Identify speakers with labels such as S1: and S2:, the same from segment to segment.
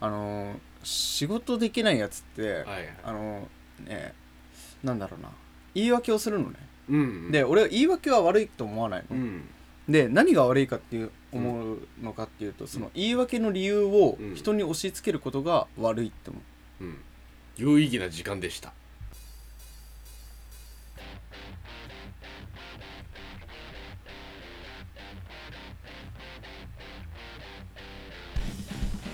S1: あの仕事できないやつって、
S2: はいはい
S1: あのねなんだろうな言い訳をするのね、
S2: うん
S1: で俺は言い訳は悪いと思わないの、
S2: うん
S1: で何が悪いかっていう思うのかっていうと、その言い訳の理由を
S2: うん
S1: 人に押し付けることが悪いって思う、
S2: うん有意義な時間でした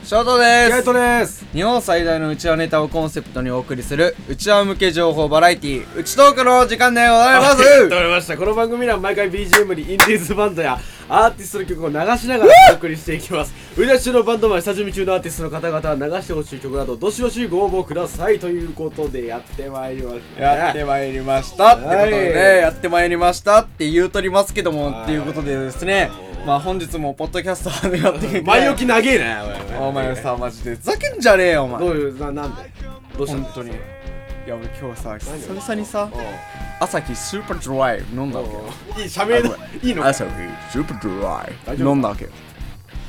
S1: ショートです
S2: トです
S1: 日本最大のうちわネタをコンセプトにお送りするうちわ向け情報バラエティーうちトークの時間でございま
S2: あ
S1: す
S2: りがとうございましたこの番組では毎回 BGM にインディーズバンドやアーティストの曲を流しながらお送りしていきます売り出し中のバンドマン下準備中のアーティストの方々は流してほしい曲などどしどしご応募くださいということでやってまいりましたね
S1: やってまいりましたってことでね、
S2: はい
S1: やってまいりましたって言うとりますけども
S2: はい
S1: っていうことでですねまあ本日もポッドキャスト始まってきて
S2: 前置き長えな
S1: お前さマジでふざけんじゃねえよお
S2: ど
S1: 前
S2: ういうななんでどうしたの
S1: 本当にいや俺今日さ
S2: 何
S1: 久々にさ朝日スーパードライ飲んだわけよ
S2: うんいい社名の
S1: あ
S2: いいの
S1: 朝日スーパードラ
S2: 大
S1: イ
S2: 丈夫
S1: 飲んだわけよ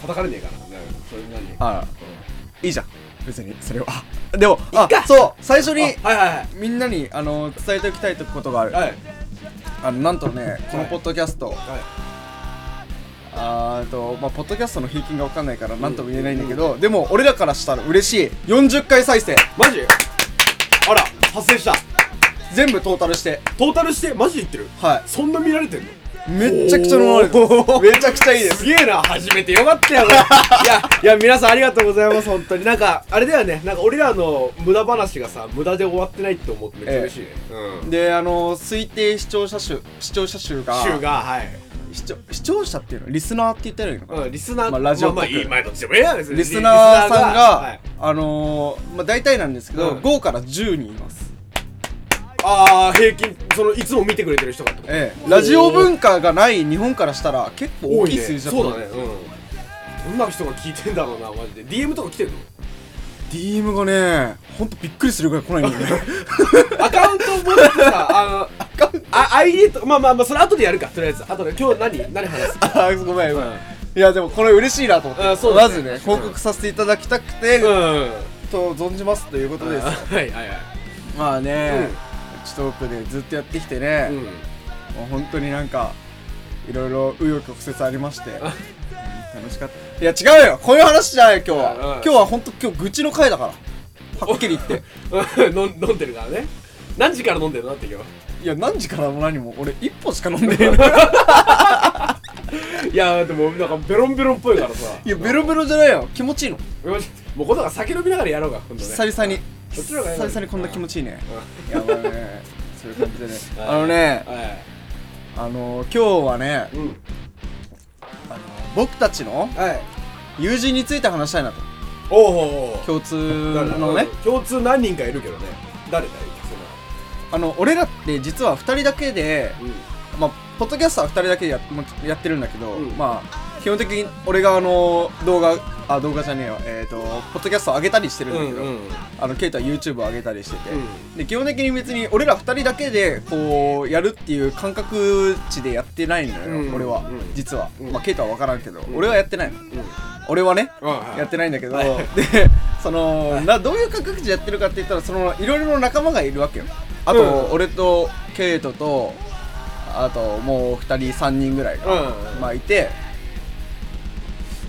S2: 叩かれねえからなそれ何
S1: あいいじゃん別にそれはあでもあそう最初に
S2: あはいは
S1: みんなにあの伝えておきたいことがある、
S2: いはいはい
S1: あのなんとねこのポッドキャスト、
S2: はい
S1: あーっとまあ、ポッドキャストの平均が分かんないから何とも言えないんだけど、でも俺らからしたら嬉しい40回再生
S2: マジあら発生した
S1: 全部トータルして
S2: トータルしてマジで言ってる
S1: は
S2: そんな見られてんの
S1: いめっちゃくちゃ飲まれてる
S2: おー
S1: めちゃくちゃいいです
S2: すげえな初めてよかっ たよこれいやいや皆さんありがとうございます本当になんかあれだよねなんか俺らの無駄話がさ無駄で終わってないって思ってめっちゃ嬉しいね、うん
S1: であの推定視聴者数視聴者数が
S2: 週がはい、
S1: 視聴視聴者っていうのリスナーって言ったらいいのかな、
S2: うん、リスナー、
S1: まあラジオっぽ
S2: まあ、
S1: く
S2: まあいい前どっちでもええやん別に
S1: リスナーさんが
S2: はい
S1: あのーまあ、大体なんですけど、
S2: うん
S1: 5から10人います
S2: ああ平均そのいつも見てくれてる人がってこと
S1: ええ、ラジオ文化がない日本からしたら結構大きい数字だと
S2: 多
S1: 思
S2: いねそうだねうんどんな人が聞いてんだろうなマジで DM とか来てるの
S1: DM がねほんとびっくりするぐらい来ないんだよね
S2: アカウント持ってさ、あの、あ、ID と、まあまあまあ、それ後でやるか、とりあえず。後で、今日何、何話す
S1: あーごめんごめん、
S2: うん
S1: いやでもこれ嬉しいなと思って、
S2: あそうだ
S1: ま
S2: ね
S1: ずね報告させていただきたくて、
S2: うん。
S1: と存じますということです、
S2: はいはいは
S1: まあね、うちトークでずっとやってきてね、
S2: い。
S1: も
S2: うん。
S1: う本当になんかいろいろ紆余曲折ありましてうん
S2: あ
S1: 楽しかったいや違うよこういう話じゃないよ今日は
S2: うん
S1: 今日は本当今日愚痴の回だからはっきり言って
S2: 飲ん飲んでるからね。何時から飲んでるのだって今
S1: いや何時からも何も俺一本しか飲んでない
S2: 日。いや、でも、なんか、ベロンベロンっぽいからさ。
S1: いやベロベロじゃないよ気持ちいいの
S2: ロ。もう、ことが酒飲みながらやろうか、今度ね。
S1: 久々に
S2: そっち
S1: 久
S2: の方がいいの
S1: 々にこんな気持ちいいね
S2: う
S1: やばいねそういう感じでね
S2: はい
S1: あのね
S2: んはい。
S1: あの今日はね
S2: うん。
S1: 僕たちの
S2: はい。
S1: 友人について話したいなと
S2: おうおうおう
S1: 共通のね。
S2: 共通何人かいるけどね。誰だい
S1: あの俺らって実は2人だけで
S2: その。うん。
S1: まあポッドキャストは2人だけでやもうやってるんだけど、
S2: うん
S1: まあ基本的に俺があの動画あ動画じゃねえよえっ、とポッドキャスト上げたりしてるんだけど、
S2: うんうん
S1: あのケイタは YouTube 上げたりしてて、
S2: うん
S1: で基本的に別に俺ら2人だけでこうやるっていう感覚値でやってないのよ、
S2: うん
S1: 俺は、
S2: うん
S1: 実は、
S2: うん
S1: まあケイタは分からんけど、
S2: ん
S1: 俺はやってないの俺はね、
S2: うん
S1: やってないんだけど、
S2: はい
S1: でそのなどういう感覚でやってるかって言ったらそのいろいろな仲間がいるわけよあと、
S2: うん
S1: 俺とケイトとあともう2人3人ぐらいが、
S2: うん
S1: まあいて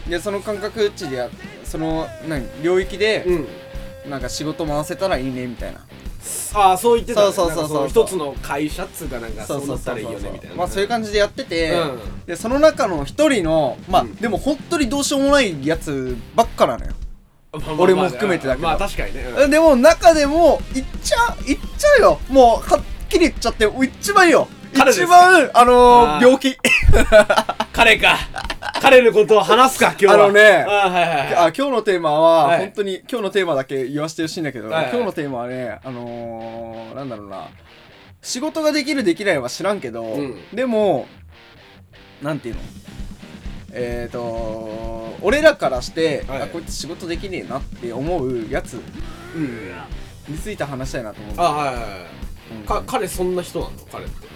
S1: でその感覚値でやその何領域
S2: う
S1: で
S2: ん。
S1: なんか仕事回せたらいいねみたいな、
S2: ああそう言ってた、ね、
S1: そうそうそうそう
S2: なんかの一つの会社っつうかなんかそうなったらいいよねみたいな
S1: まあそういう感じでやってて、
S2: うん
S1: でその中の一人のまあ、
S2: うん
S1: でも本当にどうしようもないやつばっかなのよ
S2: まあまあ
S1: 俺も含めてだけど
S2: まあ確かにね、うん
S1: でも中でも言っちゃ言っちゃうよもうはっきり言っちゃって一番よ
S2: 彼です
S1: 一番あのー
S2: あー
S1: 病気
S2: 彼か彼のことを話すか今日 は
S1: あのね
S2: あはいはいはい
S1: あ今日のテーマは、
S2: はい
S1: 本当に今日のテーマだけ言わせてほしいんだけど、
S2: はいはい
S1: 今日のテーマはねあのー、なんだろうな仕事ができるできないは知らんけど、
S2: うん
S1: でもなんていうのえーと俺らからして、
S2: はい
S1: あこいつ仕事できねえなって思うやつ
S2: うん
S1: について話したいなと思う
S2: あはいはいは
S1: うん
S2: いか彼そんな人なの彼って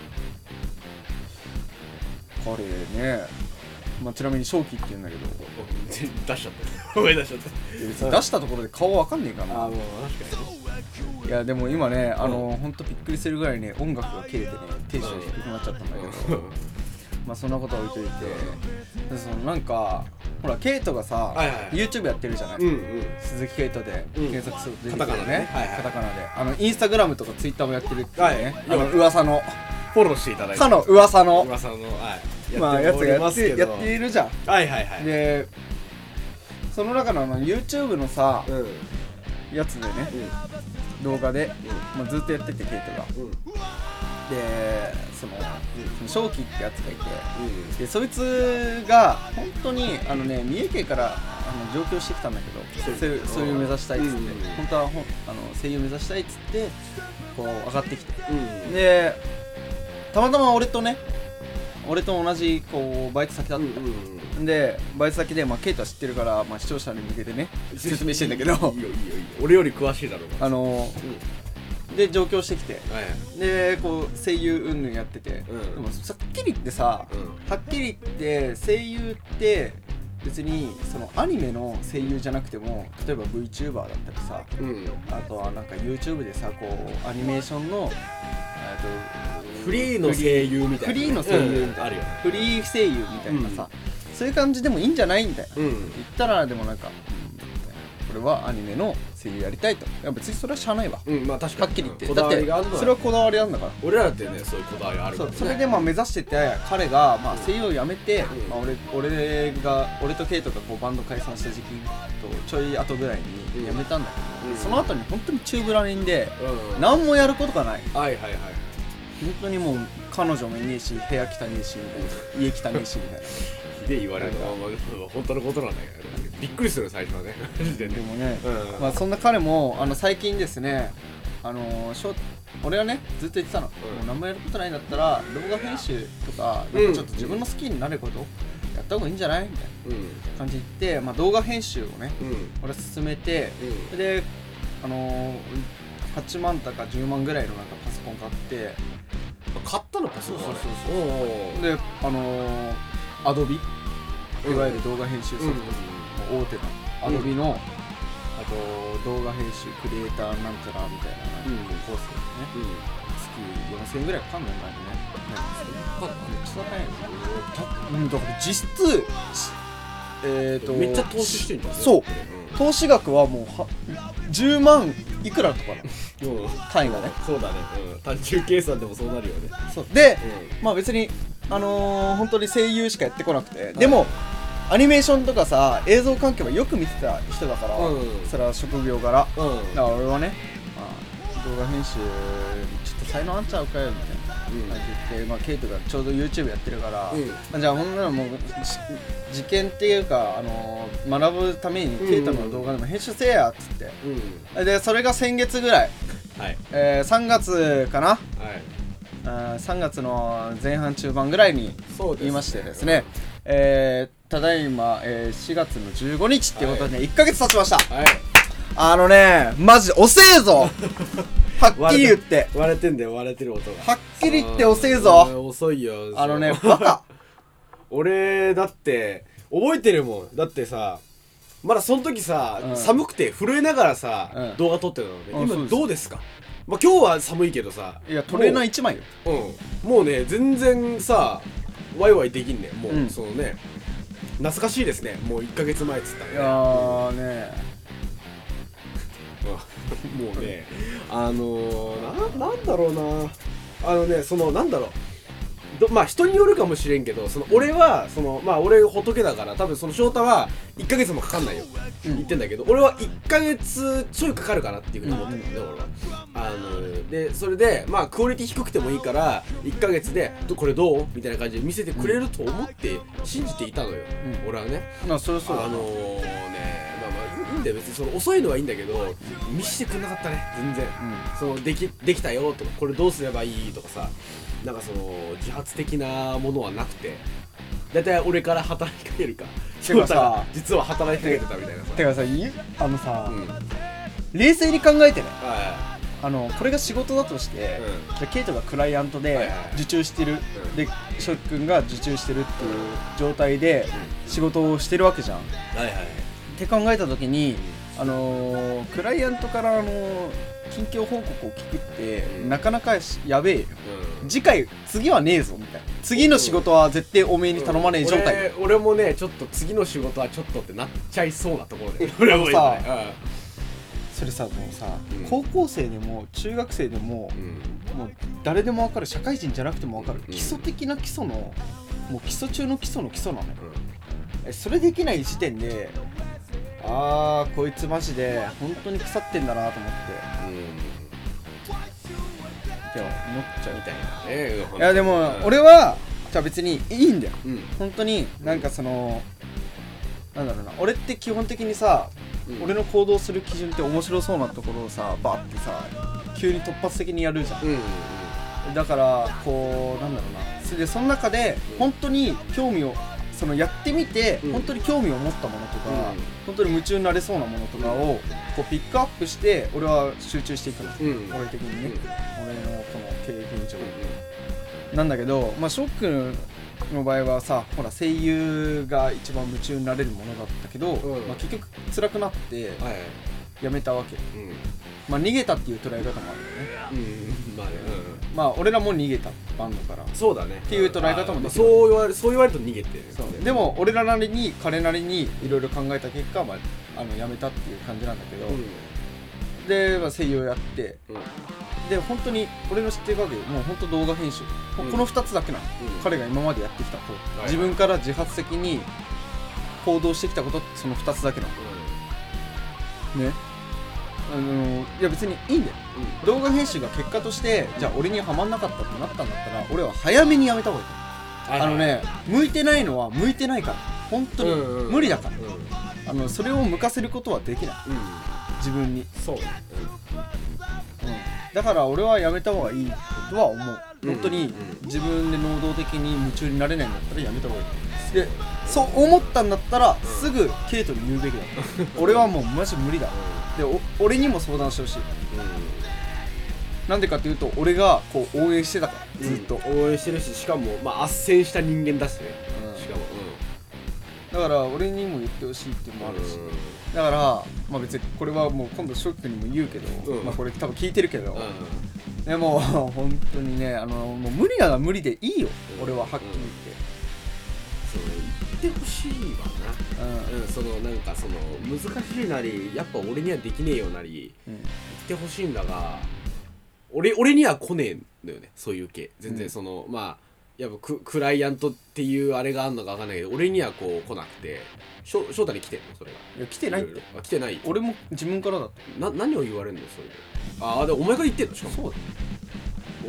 S1: 彼ねまあ、ちなみに正気って言うんだけど
S2: 出しちゃった声出しちゃった
S1: 別に出したところで顔わかんねえから
S2: あ
S1: な
S2: あもう確かにね
S1: いやでも今ねあのほんとびっくりするぐらいね音楽が切れてねテンション低くなっちゃったんだけどまあそんなことは置いといてでそのなんかほらケイトがさ、
S2: はいはいはい
S1: YouTube やってるじゃない、
S2: うんうん
S1: 鈴木ケイトで
S2: うん
S1: 検索すると出てく
S2: カ
S1: る
S2: タカナでねはいはい
S1: カタカナであのインスタグラムとかツイッターもやってるっていうね、
S2: はい
S1: あの噂の
S2: フォローしていただいて
S1: かの噂の
S2: 噂のはい
S1: まあやつがやってやってい
S2: る
S1: るじゃん
S2: はいはいはい
S1: でその中のあの YouTube のさ
S2: うんうん
S1: やつでね動画で、まあ、ずっとやっててケイトが
S2: うん
S1: でそのその正気ってやつがいてでそいつが本当にあのね三重県からあの上京してきたんだけど声優声優目指したいっつって、
S2: うん
S1: 本当はほんあの声優目指したいっつってこう上がってきて
S2: うんうん
S1: でたまたま俺とね俺と同じこうバイト先だった、
S2: うんうん
S1: でバイト先で、まあ、ケイトは知ってるから、まあ、視聴者に向けて ね説明してんだけど
S2: いいよいいよいいよ俺より詳しいだろうが
S1: あので上京してきて
S2: はいはい
S1: でこう声優うんぬんやってて、
S2: うん
S1: でもさっきり言ってさ、
S2: う
S1: はっきり言って声優って別にそのアニメの声優じゃなくても例えば VTuber だったりさ
S2: うん
S1: あとはなんか YouTube でさこうアニメーションのえーと
S2: フリーの声優みたいな
S1: フ
S2: ね
S1: リーの声優み
S2: うん
S1: た
S2: あ
S1: い
S2: る
S1: な、
S2: よね
S1: フリー声優みたいなさ、そういう感じでもいいんじゃないみたいな、
S2: うん
S1: 言ったらでもなんか、うん、これはアニメの声優やりたいといや別にそれはしゃあないわ、
S2: うんまあ確か
S1: はっ
S2: に
S1: きり言って、
S2: こだ
S1: だっ
S2: わ
S1: て
S2: りがあるのは
S1: それはこだわりあんだから
S2: 俺らだってねそういうこだわりあるか
S1: そ
S2: ら
S1: う
S2: ね
S1: それでまあ目指してて彼がまあ声優を辞めて、まあ、俺俺が俺とケイトがこうバンド解散した時期とちょい後ぐらいに辞めたんだけど、
S2: うん
S1: その後に本当に中ぶらりんで
S2: うん
S1: 何もやることがない
S2: はいはいはい
S1: 本当にもう彼女もいねえし部屋来たねえしみたいな家来たねえしみたい な
S2: ひでえ言われるのはまあ本当のことなんだけどびっくりするよ最初はね マジでね
S1: でもね、
S2: うん
S1: まあ、そんな彼もあの最近ですねあのーしょ俺はねずっと言ってたの、
S2: うん
S1: もう何もやることないんだったら動画編集とか
S2: うん
S1: なんかちょっと自分の好きになることやった方がいいんじゃないみたいな
S2: うん
S1: 感じで言って、まあ、動画編集をね
S2: うん
S1: 俺は進めてそれであのー8万とか10万ぐらいのなんかパソコン買って
S2: 買ったのかそう
S1: そうそう
S2: そう
S1: であのアドビい
S2: うん
S1: わゆる動画編集ソフト、大手のアドビの、あと動画編集クリエイターなんちゃらみたいな、
S2: うん
S1: コースですね月4000円ぐらいかかんのよなねめっちゃ高いようんだから実質しえっ、と
S2: めっちゃ投資してんじゃん
S1: そう投資額はもうは10万いくらとかな
S2: うんうん
S1: 単位がね
S2: そうだねうん単純計算でもそうなるよね
S1: そうで、
S2: う
S1: まあ別にあのー本当に声優しかやってこなくて、でもアニメーションとかさ映像関係はよく見てた人だから、
S2: うん
S1: それは職業柄だか
S2: うん
S1: ら俺はね、まあ、動画編集ちょっと才能あんちゃうかよみたいな
S2: うん
S1: 感じで、まあ、ケイトがちょうど YouTube やってるから、
S2: うん
S1: まあじゃあほんならもうし実験っていうか、あのー学ぶためにケイトの動画でも編集せえやっつって、
S2: うん
S1: でそれが先月ぐらい、
S2: はい
S1: えー3月かな
S2: はい
S1: あー3月の前半中盤ぐらいに
S2: そうですね
S1: 言いましてですねえーただいま、えー4月の15日っていうことで、ね1ヶ月経ちました
S2: はい
S1: あのねマジ遅え ぞはっきり言って
S2: 割れてんだよ割れてる音が
S1: はっきり言って遅えぞ
S2: うん遅いよ
S1: あのねバカ
S2: 俺だって覚えてるもんだってさまだその時さ、
S1: うん
S2: 寒くて震えながらさ、
S1: うん
S2: 動画撮ってたので、
S1: あそう
S2: 今
S1: です
S2: どうですかまあ、今日は寒いけどさ
S1: いやトレーナー1枚よ
S2: もう,、うん、もうね全然さワイワイできんねもう、
S1: うん
S2: そのね懐かしいですねもう1ヶ月前っつったら
S1: い
S2: ね
S1: やーね
S2: うん もうねあのー、ななんだろうなあのねそのなんだろうどまあ人によるかもしれんけどその俺はそのまあ俺仏だから多分その翔太は1ヶ月もかかんないよ、
S1: うん
S2: 言ってんだけど俺は1ヶ月ちょいかかるかなっていうふうに思ってたんだよね、俺はあのーでそれでまあクオリティ低くてもいいから1ヶ月でどこれどうみたいな感じで見せてくれると思って信じていたのよ、
S1: うん
S2: 俺はね
S1: まあそりゃそうだ
S2: あのー、ねまあまあいいんだよ別にその遅いのはいいんだけど見せてくれなかったね全然、そのできできたよとかこれどうすればいいとかさなんかその自発的なものはなくて大体俺から働きかけ るか
S1: てかさ
S2: 翔太が実は働きかけてたみたいなさ
S1: てかさいあのさ、
S2: うんはい
S1: 冷静に考えてね
S2: は
S1: あのこれが仕事だとして、じゃあケイトがクライアント
S2: はい
S1: で
S2: はい
S1: 受注してる、
S2: うん
S1: で翔くんが受注してるっていう状態で仕事をしてるわけじゃん。っ
S2: はいはい
S1: て考えた時に、あのークライアントから、あのー近況報告を聞くって、
S2: うん
S1: なかなかしやべえよ
S2: うん
S1: 次回次はねえぞみたいな次の仕事は絶対おめえに頼まねえ状態、
S2: 俺俺もねちょっと次の仕事はちょっとってなっちゃいそうなところ で俺も今ね
S1: それさもうさ、
S2: うん
S1: 高校生でも中学生でも
S2: う、ん
S1: もう誰でもわかる社会人じゃなくてもわかる、
S2: うん
S1: 基礎的な基礎のもう基礎中の基礎の基礎なのよ
S2: うん
S1: えそれできない時点でああこいつマジで本当に腐ってんだなと思ってって思っちゃうみたいな
S2: ね
S1: いやでも
S2: うん
S1: 俺はじゃあ別にいいんだよ
S2: うん
S1: 本当になんかそのなんだろうな俺って基本的にさ、
S2: うん
S1: 俺の行動する基準って面白そうなところをさバッてさ急に突発的にやるじゃん
S2: うんうん
S1: だからこうなんだろうなそれでその中で本当に興味をそのやってみて
S2: うん
S1: 本当に興味を持ったものとか、
S2: うん
S1: 本当に夢中になれそうなものとかをこうピックアップして俺は集中していくの、
S2: うん
S1: 俺的にね、俺のこの経験上、
S2: う
S1: なんだけどまあショックの場合はさほら声優が一番夢中になれるものだったけど、
S2: うん
S1: まあ、結局辛くなって
S2: んはい
S1: やめたわけ
S2: うん
S1: まあ逃げたっていう捉え方もあるよね
S2: うんまあねう
S1: まあ俺らも逃げたバンドから
S2: んそうだねって
S1: いう捉え方もできる
S2: そう言われそう言われると逃げてる
S1: そうでも俺らなりに彼なりにいろいろ考えた結果、まあ、あのやめたっていう感じなんだけど、
S2: うん
S1: で、まあ、声優やって
S2: うん
S1: で本当に俺の知ってる限りもう本当動画編集、こ
S2: うん
S1: この2つだけなの、
S2: うん
S1: 彼が今までやってきたこと、
S2: いはい
S1: 自分から自発的に行動してきたことってその2つだけなのねあのいや別にいいんだよ動画編集が結果としてじゃあ俺にはまんなかったってなったんだったら俺は早めにやめた方がいいあのね向いてないのは向いてないから本当に
S2: うんうん
S1: 無理だから、
S2: うん
S1: あのそれを向かせることはできない自分に、
S2: そう
S1: だから俺はやめた方がいいとは思う
S2: うん
S1: 本当に
S2: うん
S1: 自分で能動的に夢中になれないんだったらやめた方がいいでそう思ったんだったらすぐケイトに言う べきだ俺はもうマジ無理だでお俺にも相談してほしいなんでかっていうと俺がこう応援してたからず
S2: ず
S1: っ
S2: っと
S1: と、
S2: 応援してるししかもまあ斡旋した人間だしね
S1: うん
S2: しかも
S1: だから俺にも言ってほしいっていうのもあるし、だからまあ別にこれはもう今度ショックにも言うけど、
S2: うん
S1: まあこれ多分聞いてるけど、
S2: うん
S1: でも 本当にねあのもう無理なら無理でいいよ、
S2: うん
S1: 俺ははっきり
S2: そう言ってほしいわ
S1: 言って
S2: なうんそのなんかその難しいなりやっぱ俺にはできねえよなり
S1: うん、うん
S2: 言ってほしいんだが俺俺には来ねえんだよねそういう系全
S1: う
S2: 然
S1: ん
S2: その、まあやっぱククライアントっていうあれがあんのか分かんないけど俺にはこう来なくてしょ翔太に来てんのそれが
S1: いや来てないって
S2: ろろあ来てない
S1: 俺も自分からだって
S2: な何を言われるのそれでああでお前から言ってんのしかも
S1: そ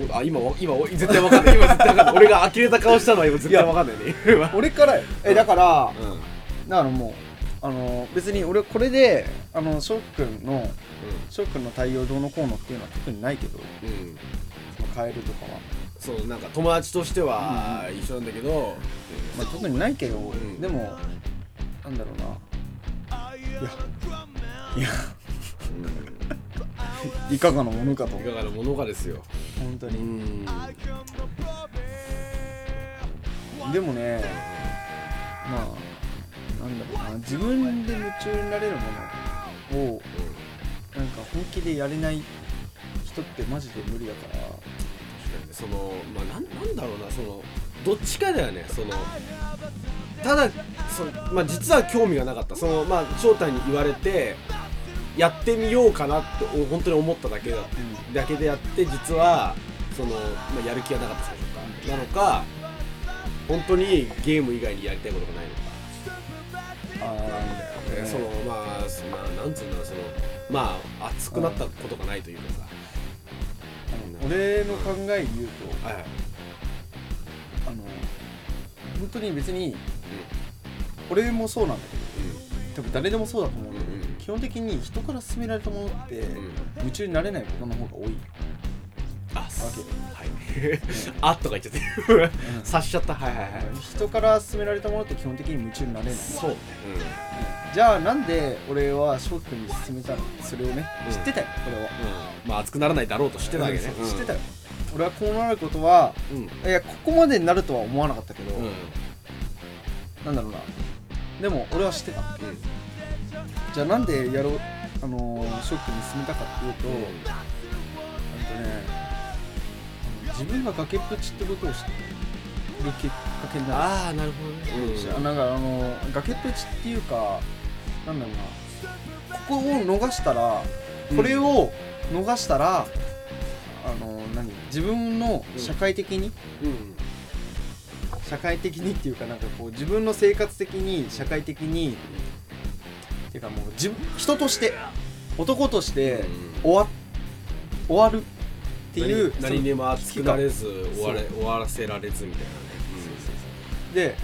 S1: う
S2: おあ今わ今お絶対分かんない今絶対分かんない俺が呆れた顔したのは今絶対分かんないね今
S1: 俺からよえだから
S2: うんうん
S1: だからもうあの別に俺これであの翔くんの翔くんの対応どうのこうのっていうのは特にないけど
S2: うん
S1: その変えるとかは、
S2: そうなんか友達としては一緒なんだけど、
S1: まあ、特にないけど、
S2: ん
S1: でもなんだろうないやいやいかがなものかと
S2: いかがなものかですよ
S1: 本当
S2: う
S1: に
S2: ん
S1: でもねまあなんだろうな自分で夢中になれるものをなんか本気でやれない人ってマジで無理だから
S2: そのまあなんなんだろうなそのどっちかだよねそのただそのまあ実は興味がなかったそのまあ翔太に言われてやってみようかなってお本当に思っただけだだけでやって実はその、まあ、やる気がなかったとかなのか本当にゲーム以外にやりたいことがないのか
S1: ああ
S2: ねそのまあそのなんつうんだろうそのまあ熱くなったことがないというかさ
S1: 俺の考え言う
S2: はいはい
S1: とあの本当に別に俺もそうなんだけど多分誰でもそうだと思うんだけど、
S2: うん
S1: 基本的に人から勧められたものって、
S2: うんうん
S1: 夢中になれないことの方が多い、
S2: あ、
S1: そう
S2: はい。 あとか言っちゃってる。察しちゃった。はいはいはい。
S1: 人から勧められたものって基本的に夢中になれない
S2: そうね。
S1: うんじゃあなんで俺は翔くんに勧めたのそれをね、
S2: うん
S1: 知ってたよこれは
S2: うんまあ熱くならないだろうと知ってたわけね
S1: そう知ってたよ、俺はこうなることは
S2: う
S1: い
S2: ん
S1: やここまでになるとは思わなかったけど、
S2: うん
S1: なんだろうなでも俺は知ってたじゃあなんでやろうあのー、ショックに進めたかっていうと、
S2: うん
S1: なんとね自分が崖っぷちってことを知るきっかけになる
S2: ああなるほどね
S1: あなんかあのー崖っぷちっていうかなんだろうなここを逃したらこれを逃したら、あのー何自分の社会的に、
S2: うん
S1: 社会的にっていうかなんかこう自分の生活的に社会的にっていうかもう自分人として男として終わ終わるっていう
S2: 何何にも熱くなれず終われ
S1: そう
S2: 終わらせられずみたいなね
S1: そので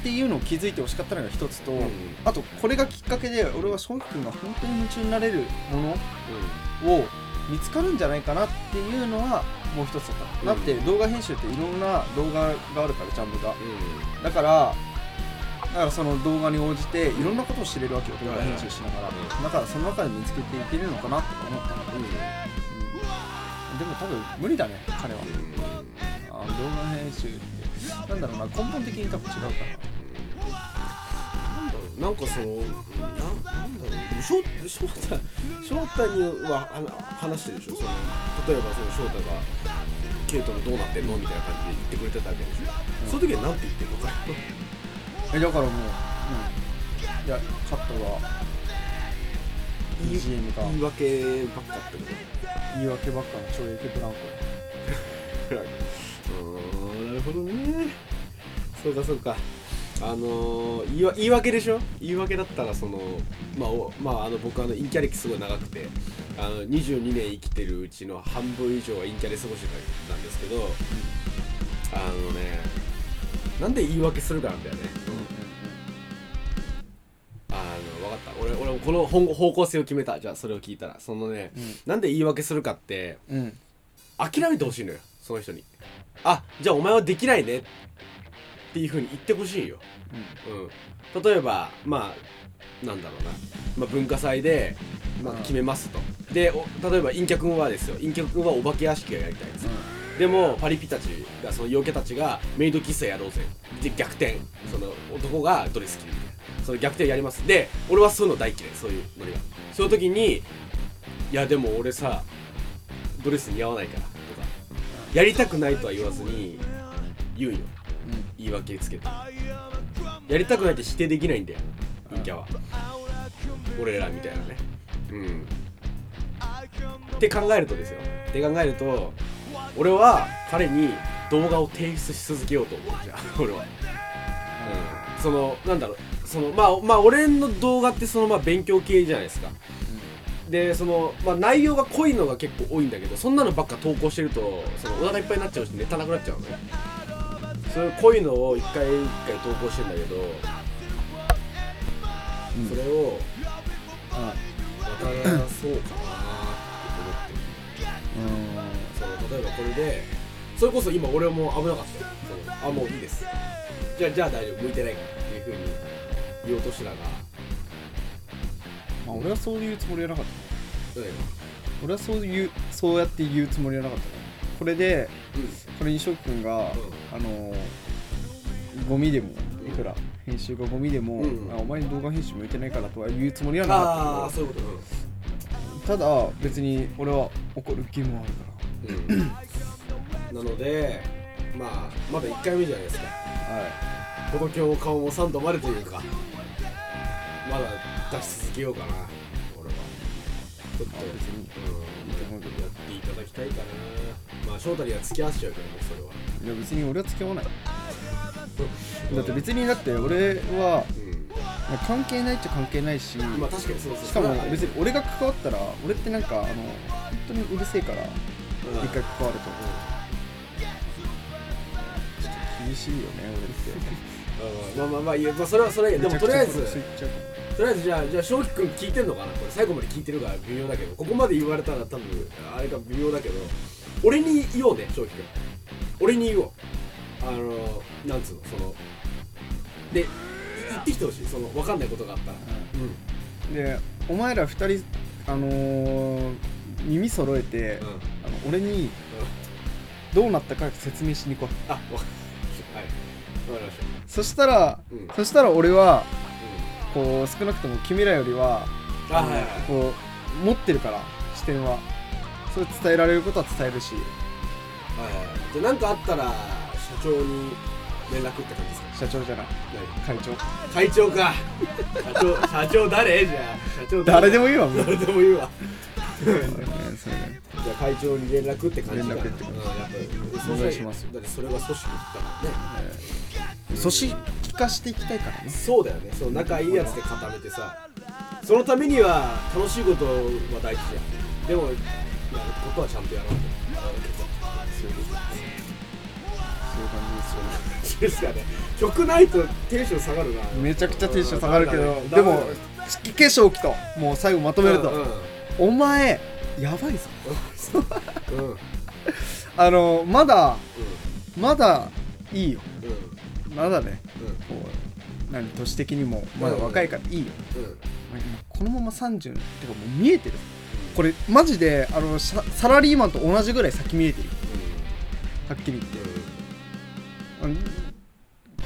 S1: っていうのを気づいてほしかったのが一つと、あとこれがきっかけで俺は翔くんが本当に夢中になれるものを見つかるんじゃないかなっていうのはもう一つだった、だって動画編集っていろんな動画があるからジャンルが
S2: うんうん
S1: だからだからその動画に応じていろんなことを知れるわけよ動
S2: はい
S1: 画
S2: はい
S1: 編集しながらだからその中で見つけていけるのかなとか思ったの、
S2: うん
S1: うん、でも多分無理だね彼はあ動画編集ってなんだろうな根本的に多分違うから
S2: なんかそのななんだろう翔翔太翔太にはあの話してるでしょその例えばその翔太が「ケイトのどうなってんの?」みたいな感じで言ってくれてたわけでしょ、
S1: うん
S2: その時は何て言ってんのかな
S1: えだからもう、うん、いやカットが BGM が
S2: 言い訳ばっかってこ
S1: 言い訳ばっかの懲役ブランコ
S2: とうーんなるほどねそうかそうかあのー言いわ言い訳でしょ言い訳だったらそのまあお、まあ、あの僕あのインキャ歴すごい長くてあの22年生きてるうちの半分以上はインキャで過ごしてたんですけどあのねなんで言い訳するかなんだよねあの分かった俺俺もこの方方向性を決めたじゃあそれを聞いたらそのね、
S1: うん
S2: なんで言い訳するかって
S1: うんうん
S2: 諦めてほしいのよその人にあじゃあお前はできないねっていうふうに言ってほしいよ、うん、例えばまあなんだろうな、まあ、文化祭で、まあ
S1: うん、
S2: 決めますとでお例えば陰キャ君はですよ陰キャ君はお化け屋敷がやりたいですでもパリピたちがその陽キャたちがメイド喫茶やろうぜで逆転その男がドレス着るみたいなその逆転やりますで俺はそういうの大嫌いそういうノリがその時にいやでも俺さドレス似合わないからとかやりたくないとは言わずに言うよ
S1: うんうん
S2: 言い訳つけてやりたくないって否定できないんだよ陰キャは俺らみたいなねうんって考えるとですよって考えると俺は彼に動画を提出し続けようと思うじゃあ 俺は、うん、そのなんだろうそのまあまあ俺の動画ってそのまあ勉強系じゃないですかでその、まあ、内容が濃いのが結構多いんだけどそんなのばっか投稿してるとそのお腹いっぱいになっちゃうしネタなくなっちゃうのねそういう濃いのを一回一回投稿してんだけど、
S1: うん
S2: それを
S1: はい
S2: またそうかなって思っ
S1: う
S2: てるその例えばこれでそれこそ今俺も危なかったよそのあもういいですじゃあじゃあ大丈夫向いてないからっていうふうに言おうとしてたが
S1: んまあ俺はそういうつもりはなかった
S2: 何が
S1: 俺はそういうそうやって言うつもりはなかったねこれでこれに翔くんが、あのーゴミでもいくら編集がゴミでも、
S2: うん
S1: あお前に動画編集向いてないからとは言うつもりはな
S2: あ
S1: か
S2: あ
S1: った
S2: そういうこと
S1: けどただ別に俺は怒る義務はあるか
S2: なのでまあまだ1回目じゃないですから
S1: はい
S2: この今日顔も3度までというかまだ出し続けようかな俺はちょっと
S1: あ別に
S2: うん
S1: いいと思うけど
S2: やっていただきたいかなまあ翔太には付き合わせちゃうけどねそれはい
S1: や別に俺は付き合わないだって別にだって俺は
S2: う
S1: まあ関係ないっちゃ関係ないし
S2: んまあ確かにそうそう
S1: しかも
S2: それは
S1: 別に俺が関わったら俺ってなんかあの本当にうるせえから
S2: うん
S1: 一回関わるとちょっと厳しいよね俺って
S2: うんまあまあまあいや、まあ、それはそれはいいでもとりあえず
S1: めちゃくちゃ
S2: とりあえずじゃあじゃあ翔輝君聞いてるのかなこれ最後まで聞いてるから微妙だけどここまで言われたら多分あれが微妙だけど俺に言おうね翔輝君俺に言おうあのなんつうのそのでいってきてほしいその分かんないことがあったらうん
S1: でお前ら二人あのー耳揃えて、
S2: うん
S1: あの俺にどうなったか説明しに行こう
S2: あわかりましたはいわかりました
S1: そしたら、
S2: うん
S1: そしたら俺は
S2: う
S1: こう少なくとも君らよりは
S2: んあはいはい
S1: こう持ってるから視点はそれ伝えられることは伝えるし
S2: はいはいじゃあ何かあったら社長に連絡って感じですか
S1: 社長じゃない会 長
S2: 会長か社長社長誰じゃあ社長
S1: 誰でもいいわもう
S2: 誰でもいいわ
S1: それね
S2: じゃあ会長に連絡って感じかな
S1: 連絡って感じ
S2: うんやっぱ
S1: お願いします
S2: だってそれは組織だからね
S1: 組織化していきたいからね
S2: そうだよねそう仲いいやつで固めてさそのためには楽しいことは大事じゃんでもやることはちゃんとやろう
S1: そういう感
S2: と
S1: じですよね
S2: ですかね曲ないとテンション下がるな
S1: めちゃくちゃテンション下がるけ
S2: う
S1: ど
S2: ん
S1: で
S2: ダメだ
S1: も
S2: ね
S1: 月化粧着ともう最後まとめる
S2: うん
S1: とお前やばいぞ
S2: うんうん
S1: あのまだまだいいよ
S2: うんうん
S1: まだね
S2: うん
S1: こう何年的にもまだ若いからいいよ
S2: うん
S1: お前今このまま30ってかもう見えてるこれマジであのササラリーマンと同じぐらい先見えてるよはっきり言ってあの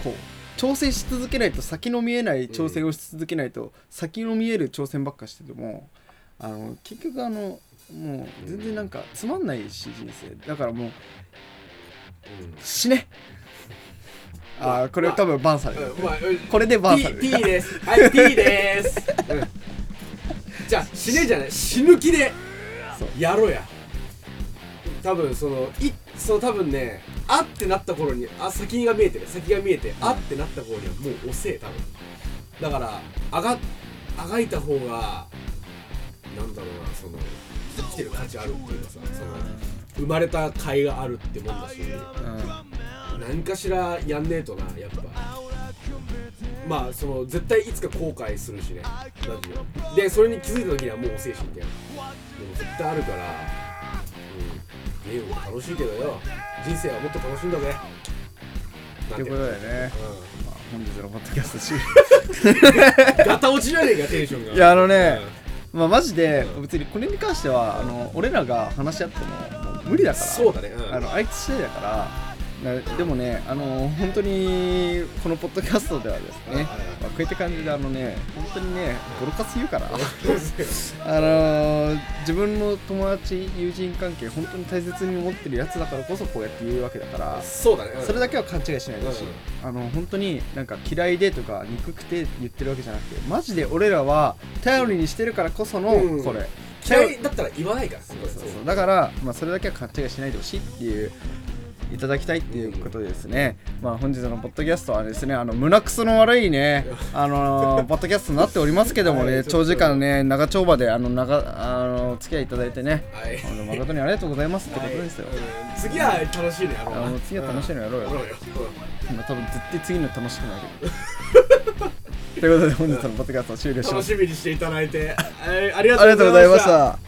S1: こう挑戦し続けないと先の見えない挑戦をし続けないと、先の見える挑戦ばっかしててもあの結局あのもう全然なんかつまんないし人生だからもう死ねあーこれ多分バンされる
S2: うんまあ
S1: これでバンされ
S2: P,
S1: る
S2: P ですはい P です、うんじゃあ死ねじゃない死ぬ気で
S1: そう
S2: やろうや多分そのいその多分ねあってなった頃にあ先が見えてる先が見えてあってなった頃にはもう遅え多分だからあがあがいた方がなんだろうなその生きてる価値あるっていうかさその生まれた甲斐があるってもんだし、
S1: うん
S2: 何かしらやんねえとなやっぱまあその絶対いつか後悔するしねラジオでそれに気づいた時にはもう遅いしみたいなでも絶対あるからうんゲームも楽しいけどよ人生はもっと楽しんだぜな
S1: という
S2: んて
S1: ことでね、まあ、本日のポッドキャスト終了
S2: うんガタ落ちじゃねえかテンションが
S1: いやあのね、まあマジで別にこれに関してはあの俺らが話し合ってももう無理だ
S2: うん
S1: から
S2: そうだねうん
S1: あのあいつ次第だからなでもねあの本当にこのポッドキャストではです
S2: はいはい
S1: ね、まあ、こういった感じであのね本当にねボロカス言うから
S2: う
S1: あのー自分の友達友人関係本当に大切に思ってるやつだからこそこうやって言うわけだから
S2: んそうだねうん
S1: それだけは勘違いしないでほしい、あの本当になんか嫌いでとか憎くて言ってるわけじゃなくてマジで俺らは頼りにしてるからこその
S2: うん
S1: これ、
S2: 嫌いだったら言わないから
S1: そ
S2: そ
S1: うそうそうだから、まあ、それだけは勘違いしないでほしいっていういただきたいっていうことでですね、まあ本日のポッドキャストはですねあの胸くその悪いね あのーポッドキャストになっておりますけども
S2: は
S1: ね
S2: いちょっと
S1: 長時間ね長丁場であの長あのお付き合いいただいてね
S2: はい
S1: あの誠にありがとうございますってことですよ、
S2: うん次は楽しいのやろうな
S1: あの次は楽しいのやろうよ
S2: んやろうようん
S1: まあ多分絶対次の楽しくなる ということで本日のポッドキャスト終了しま
S2: 楽
S1: す
S2: しみにしていただいて、はいありが
S1: ありがと
S2: と
S1: うござ
S2: うござ
S1: い
S2: い
S1: ま
S2: ま
S1: し
S2: した。
S1: た